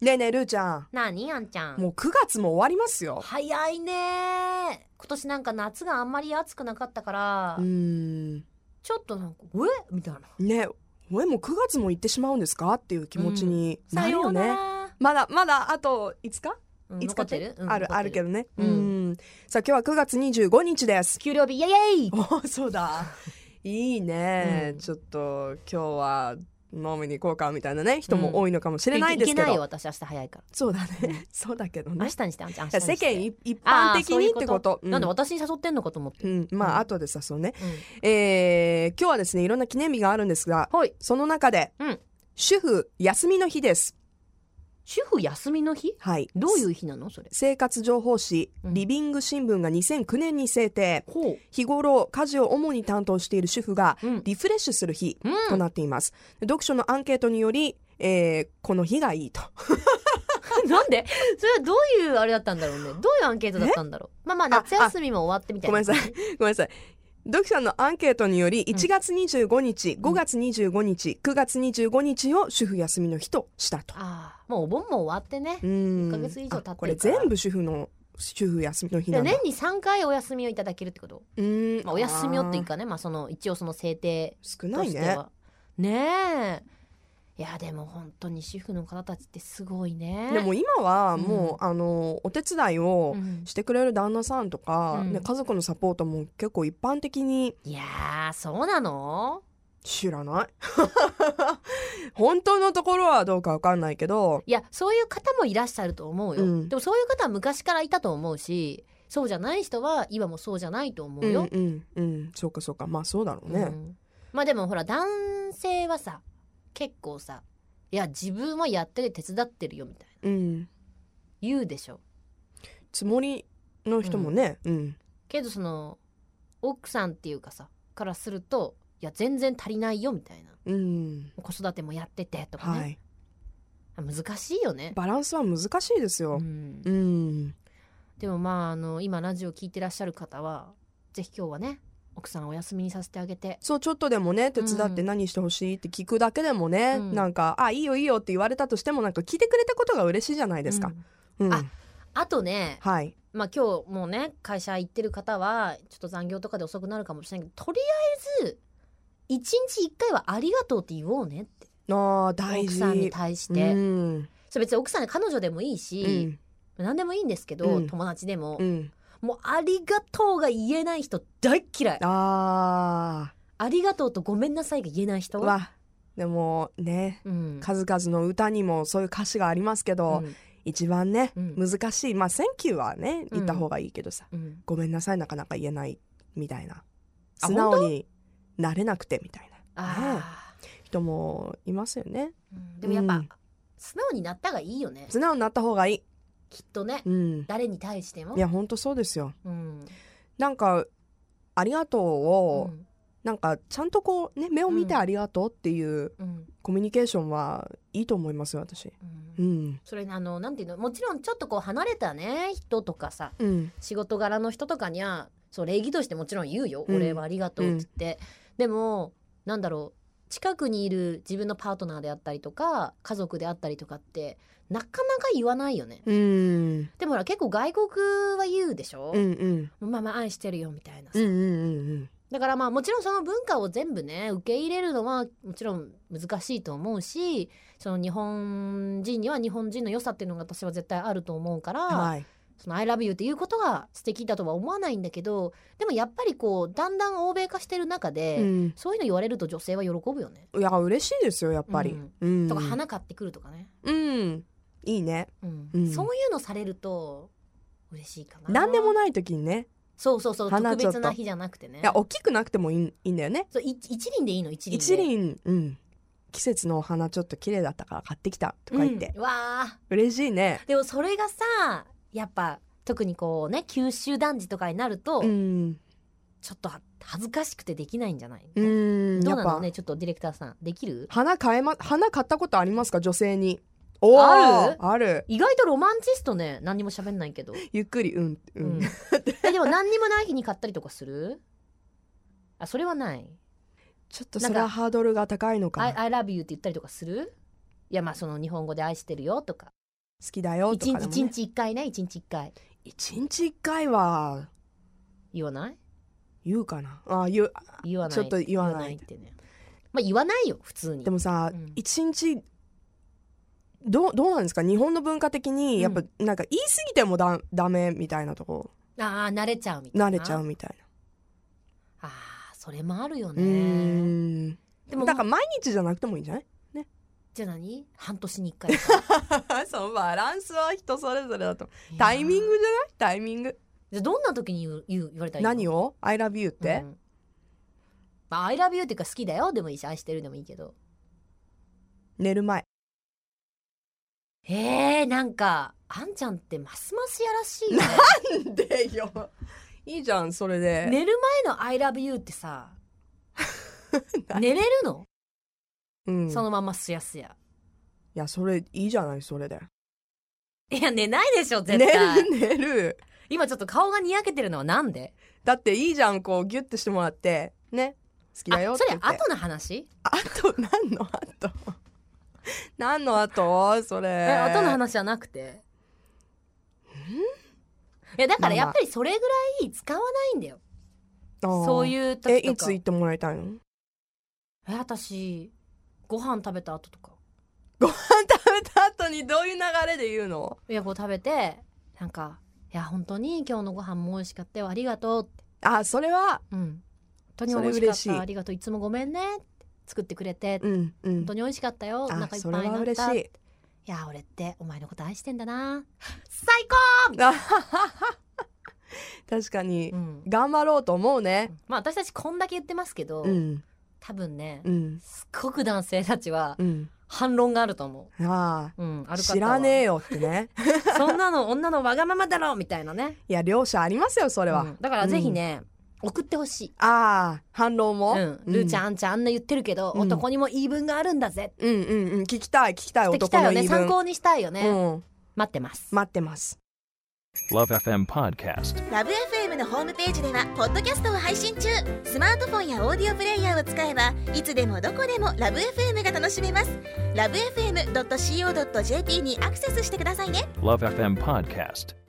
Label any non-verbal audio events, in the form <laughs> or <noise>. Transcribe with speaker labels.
Speaker 1: ねえねえるーちゃ
Speaker 2: なあにあんちゃ
Speaker 1: ん
Speaker 2: ん
Speaker 1: もう9月も終わりますよ
Speaker 2: 早いねー今年なんか夏があんまり暑くなかったから、
Speaker 1: うーんね
Speaker 2: ちょっとなんか「うえみたいな
Speaker 1: え俺も9月も行ってしまうんですかっていう気持ちに
Speaker 2: 「
Speaker 1: な
Speaker 2: さ
Speaker 1: る
Speaker 2: よ
Speaker 1: よ
Speaker 2: う
Speaker 1: ね、
Speaker 2: なら
Speaker 1: まだまだあと5日、」
Speaker 2: うん
Speaker 1: 5日
Speaker 2: 残ってる、うん
Speaker 1: あるあるけ
Speaker 2: ど
Speaker 1: どねう
Speaker 2: うんん
Speaker 1: さあ今日は9月25日です
Speaker 2: 給料日イエイイ
Speaker 1: おーそう <laughs> だいいね、
Speaker 2: うん
Speaker 1: ちょっと今日は飲みに行こうかみたいなね人も多いのかもしれないですけ
Speaker 2: いけ
Speaker 1: ど、
Speaker 2: ないよ私明日早いから
Speaker 1: そうだねそうだけど
Speaker 2: 明
Speaker 1: ね
Speaker 2: 日にしてあんちゃん
Speaker 1: 世
Speaker 2: 明日にして
Speaker 1: 間一一般的にってこと
Speaker 2: なんで
Speaker 1: うん
Speaker 2: 私に誘ってんのかと思って、
Speaker 1: うん、まあ、
Speaker 2: うん
Speaker 1: 後でさそうね
Speaker 2: うん
Speaker 1: えー今日はですねいろんな記念日があるんですが
Speaker 2: はい
Speaker 1: その中で、
Speaker 2: うん
Speaker 1: 主婦休みの日です
Speaker 2: 主婦休みの日
Speaker 1: はい
Speaker 2: どうい
Speaker 1: せ
Speaker 2: う日なのそれ
Speaker 1: 生活情報誌
Speaker 2: うん
Speaker 1: リビング新聞が2009年に制定
Speaker 2: ほう
Speaker 1: 日頃家事を主に担当している主婦が
Speaker 2: うん、
Speaker 1: リフレッシュする日
Speaker 2: うん、
Speaker 1: となっています、で読書のアンケートにより、えーこの日がいいと
Speaker 2: <laughs>
Speaker 1: <laughs>
Speaker 2: なんでそれはどういうあれだったんだろうねどういうアンケートだったんだろうまあまあ夏休みも終わってみたい
Speaker 1: ご
Speaker 2: な
Speaker 1: めんなさいごめんなさい読者のアンケートにより
Speaker 2: ん
Speaker 1: 1月25日、5月25日9月25日を主婦休みの日としたと
Speaker 2: ああもうお盆も終わってね
Speaker 1: う、ん
Speaker 2: 1ヶ月以上経ってるから
Speaker 1: あこれ全部主婦の主婦休みの日
Speaker 2: で
Speaker 1: なんだ
Speaker 2: 年に3回お休みをいただけるってこと、
Speaker 1: うーん
Speaker 2: まあ、お休みをっていう
Speaker 1: あー
Speaker 2: かねまあその一応その制定
Speaker 1: 少
Speaker 2: と
Speaker 1: ない
Speaker 2: して
Speaker 1: ね
Speaker 2: はねえいやでも本当に主婦の方たちってすごいね
Speaker 1: でも今はもう、あのお手伝いを
Speaker 2: うん
Speaker 1: してくれる旦那さんとか、
Speaker 2: うん
Speaker 1: ね、家族のサポートも結構一般的に
Speaker 2: いやーそうなの
Speaker 1: 知らない <laughs> 本当のところはどうかわかんないけど
Speaker 2: いやそういう方もいらっしゃると思うよ、
Speaker 1: うん
Speaker 2: でもそういう方は昔からいたと思うしそうじゃない人は今もそうじゃないと思
Speaker 1: う
Speaker 2: うんよ、
Speaker 1: うんうんそうかそうかまあそうだろう
Speaker 2: う
Speaker 1: ね、
Speaker 2: んまあでもほら男性はさ結構さいや自分はやってて手伝ってるよみたいな
Speaker 1: うん
Speaker 2: 言うでしょ
Speaker 1: つもりの人もね、うん
Speaker 2: けどその奥さんっていうかさからするといや全然足りないよみたいな
Speaker 1: うん
Speaker 2: 子育てもやっててとか
Speaker 1: は
Speaker 2: ね、
Speaker 1: い
Speaker 2: 難しいよね、
Speaker 1: バランスは難しいです
Speaker 2: う
Speaker 1: よ、
Speaker 2: ん
Speaker 1: うん
Speaker 2: でもまああの今ラジオ聞いてらっしゃる方はぜひ今日はね奥さんお休みにさせてあげて
Speaker 1: そうちょっとでもね手伝って
Speaker 2: うん
Speaker 1: 何してほしいって聞くだけでもね、
Speaker 2: うん
Speaker 1: なんか「あいいよいいよ」って言われたとしてもなんか聞いてくれたことが嬉しいじゃないですか。
Speaker 2: うん
Speaker 1: うん
Speaker 2: ああとね、
Speaker 1: はい、
Speaker 2: まあ、今日もうね会社行ってる方はちょっと残業とかで遅くなるかもしれないけどとりあえず1日1回は「ありがとう」って言おうねって
Speaker 1: あー大
Speaker 2: 奥
Speaker 1: 事
Speaker 2: さんに対し
Speaker 1: う
Speaker 2: て、
Speaker 1: ん
Speaker 2: それ別に奥さんに彼女でもいいし、何でもいいんですけど、
Speaker 1: うん
Speaker 2: 友達でも、
Speaker 1: うんうん、
Speaker 2: もう「ありがとう」が言えない人大っ嫌いあ
Speaker 1: あ
Speaker 2: りがとう」と「ごめんなさい」が言えない人
Speaker 1: ーわでもね
Speaker 2: うん
Speaker 1: 数々の歌にもそういう歌詞がありますけど、
Speaker 2: うん
Speaker 1: 一番ね、
Speaker 2: うん
Speaker 1: 難しいまあ「センキュー」はね
Speaker 2: うん
Speaker 1: 言った方がいいけどさ「
Speaker 2: うん
Speaker 1: ごめんなさい」なかなか言えないみたいな
Speaker 2: あ
Speaker 1: 素直になれなくてみたいな、ね
Speaker 2: ああ
Speaker 1: 人もいますよね
Speaker 2: うんでもやっぱ、
Speaker 1: うん
Speaker 2: 素直になったがいいよね
Speaker 1: 素直になった方がいい、
Speaker 2: きっとね、
Speaker 1: うん、
Speaker 2: 誰に対しても
Speaker 1: いやほんとそうですよ
Speaker 2: うん
Speaker 1: なんか「ありがとう」を、
Speaker 2: うん
Speaker 1: なんかちゃんとこうね目を見て「
Speaker 2: うん
Speaker 1: ありがとう」っていう
Speaker 2: うん
Speaker 1: コミュニケーションはいいと思いますよ私
Speaker 2: うん
Speaker 1: うん
Speaker 2: それにあのなんていうのもちろんちょっとこう離れたね人とかさ
Speaker 1: うん
Speaker 2: 仕事柄の人とかにはそう礼儀としてもちろん言うよ「
Speaker 1: うん
Speaker 2: お礼はありがとう」って言って、でもなんだろう近くにいる自分のパートナーであったりとか家族であったりとかってなかなか言わないよね
Speaker 1: うん
Speaker 2: でもほら結構外国は言うでしょ
Speaker 1: うんう、ん
Speaker 2: ママ愛してるよみたいなさ、
Speaker 1: うんうんうん
Speaker 2: だからまあもちろんその文化を全部ね受け入れるのはもちろん難しいと思うしその日本人には日本人の良さっていうのが私は絶対あると思うから「
Speaker 1: はい
Speaker 2: その I love you」っていうことが素敵だとは思わないんだけどでもやっぱりこうだんだん欧米化してる中で、
Speaker 1: うん
Speaker 2: そういうの言われると女性は喜ぶよね。
Speaker 1: いや嬉しいですよやっぱりうん
Speaker 2: とか花買ってくるとかね、
Speaker 1: うんいいね
Speaker 2: うん
Speaker 1: うん
Speaker 2: そういうのされると嬉しいかな。
Speaker 1: 何でも
Speaker 2: い
Speaker 1: ない時にね
Speaker 2: そうそうそう
Speaker 1: 花
Speaker 2: 特
Speaker 1: ちょっと
Speaker 2: 別な日じゃなくてね。
Speaker 1: いや大きくなくてもいいいいんだよね
Speaker 2: そうい一輪でいいの一輪で。
Speaker 1: 一輪うん季節のお花ちょっと綺麗だったから買ってきたとか言って
Speaker 2: うんわあ
Speaker 1: 嬉しいね
Speaker 2: でもそれがさやっぱ特にこうね九州男児とかになると、
Speaker 1: うん
Speaker 2: ちょっとは恥ずかしくてできないんじゃない、
Speaker 1: うん
Speaker 2: ど
Speaker 1: や
Speaker 2: う
Speaker 1: っ
Speaker 2: な
Speaker 1: ぱ
Speaker 2: のねちょっとディレクターさんできる
Speaker 1: 花買えま花買ったことありますか女性にお
Speaker 2: ある
Speaker 1: ある
Speaker 2: 意外とロマンチストね何にも喋んないけど、
Speaker 1: ゆっくりうんう
Speaker 2: う
Speaker 1: <laughs>
Speaker 2: ん
Speaker 1: ん、
Speaker 2: えでも何にもない日に買ったりとかするあそれはない
Speaker 1: ちょっとそれはハードルが高いの
Speaker 2: 「
Speaker 1: か
Speaker 2: I, I love you」って言ったりとかするいやまあその日本語で「愛してるよ」とか
Speaker 1: 好きだよと
Speaker 2: 一
Speaker 1: かで
Speaker 2: 日
Speaker 1: も、
Speaker 2: 一
Speaker 1: ね、
Speaker 2: 日一回ね一日一回
Speaker 1: 一日一回は
Speaker 2: 言わない
Speaker 1: 言うかなあ言う
Speaker 2: 言わない
Speaker 1: ちょっと言わない
Speaker 2: ってねまあ言わないよ普通に
Speaker 1: でもさ、
Speaker 2: うん
Speaker 1: 一日どうどうなんですか日本の文化的にやっぱなんか言い過ぎてもだダメみたいなとこ
Speaker 2: ああ慣れちゃうみたいな
Speaker 1: 慣れちゃうみたいな
Speaker 2: ああそれもあるよ
Speaker 1: う
Speaker 2: ね
Speaker 1: ーん
Speaker 2: でも
Speaker 1: だから毎日じゃなくてもいいんじゃない <laughs>
Speaker 2: じゃあ何半年に一回
Speaker 1: そのバランスは人それぞれだと <laughs> タイミングじゃないタイミング
Speaker 2: じゃあどんな時に言う言う言われたらいいの
Speaker 1: 何を「ILOVEYOU」っ
Speaker 2: う
Speaker 1: て、
Speaker 2: んまあ、I love you っていうか好きだよでもいいし愛してるでもいいけど
Speaker 1: 寝る前
Speaker 2: えー、なんかあんちゃんってますますやらしいよね
Speaker 1: でよいいじゃんそれで、
Speaker 2: 寝る前の I love you って
Speaker 1: <laughs>
Speaker 2: さ寝れるの、
Speaker 1: うん、
Speaker 2: そのまますやすや
Speaker 1: いやそれいいじゃないそれで
Speaker 2: いや寝ないでしょ
Speaker 1: 寝
Speaker 2: 絶
Speaker 1: る
Speaker 2: 対、
Speaker 1: 寝る
Speaker 2: 今ちょっと顔がにやけてるのはなんで
Speaker 1: だっていいじゃんこうギュッてしてもらってね好きだよっ
Speaker 2: あそ
Speaker 1: て
Speaker 2: れ
Speaker 1: 言って
Speaker 2: 後の話
Speaker 1: あと何のあと何のあとそれ
Speaker 2: え後の話じゃなくていやだからやっぱりそれぐらい使わないんだよ、そう
Speaker 1: う
Speaker 2: いう
Speaker 1: え
Speaker 2: 時と
Speaker 1: いつ
Speaker 2: か
Speaker 1: 行ってもらいたいの
Speaker 2: え私ご飯食べた後とか
Speaker 1: 食べた後にどういう流れで言うの
Speaker 2: いやこう食べてなんか「いや本当に今日のご飯も美味しかったよありがとう」って
Speaker 1: あそれは
Speaker 2: 「うん本当に
Speaker 1: それ
Speaker 2: 美味しか
Speaker 1: 嬉
Speaker 2: っ
Speaker 1: しい
Speaker 2: たありがとういつもごめんね」って作ってくれて、
Speaker 1: うんう
Speaker 2: 本
Speaker 1: ん
Speaker 2: 当に美味しかったよお
Speaker 1: あ
Speaker 2: 腹いっ
Speaker 1: そ
Speaker 2: ぱい
Speaker 1: れ
Speaker 2: に
Speaker 1: は
Speaker 2: なっ
Speaker 1: 嬉
Speaker 2: た」
Speaker 1: し
Speaker 2: い
Speaker 1: い
Speaker 2: や俺ってお前のこと愛してんだな最
Speaker 1: あははは確かに、
Speaker 2: 高、うん
Speaker 1: 頑張ろうと思うね
Speaker 2: まあ私たちこんだけ言ってますけど、
Speaker 1: うん
Speaker 2: 多分ね、
Speaker 1: うん
Speaker 2: すっごく男性たちは
Speaker 1: うん
Speaker 2: 反論があると思
Speaker 1: あ
Speaker 2: う、うん、あ
Speaker 1: あ
Speaker 2: る
Speaker 1: 知らねえ <laughs> よって
Speaker 2: <laughs>
Speaker 1: ね
Speaker 2: そんなの女のわがままだろみたいなね
Speaker 1: いや両者ありますよそれは、
Speaker 2: うんだからぜひね、送ってほしい
Speaker 1: ああ反論も、
Speaker 2: うん、ルーちゃん、あんちゃんあんな言ってるけど、
Speaker 1: うん
Speaker 2: 男にも言い分があるんだぜっ
Speaker 1: うんうんうん聞きたい聞きたい
Speaker 2: てき
Speaker 1: 男
Speaker 2: た
Speaker 1: の
Speaker 2: よ
Speaker 1: 言
Speaker 2: ね
Speaker 1: い分
Speaker 2: 参考にしたいよね、
Speaker 1: うん
Speaker 2: 待ってます、
Speaker 1: 待ってます。
Speaker 3: Love FM Podcast.
Speaker 4: ラブ f m のホームページではポッドキャストを配信中スマートフォンやオーディオプレイヤーを使えばいつでもどこでもラブ f m が楽しめますラブ FM.co.jp にアクセスしてくださいね
Speaker 3: Love FM Podcast.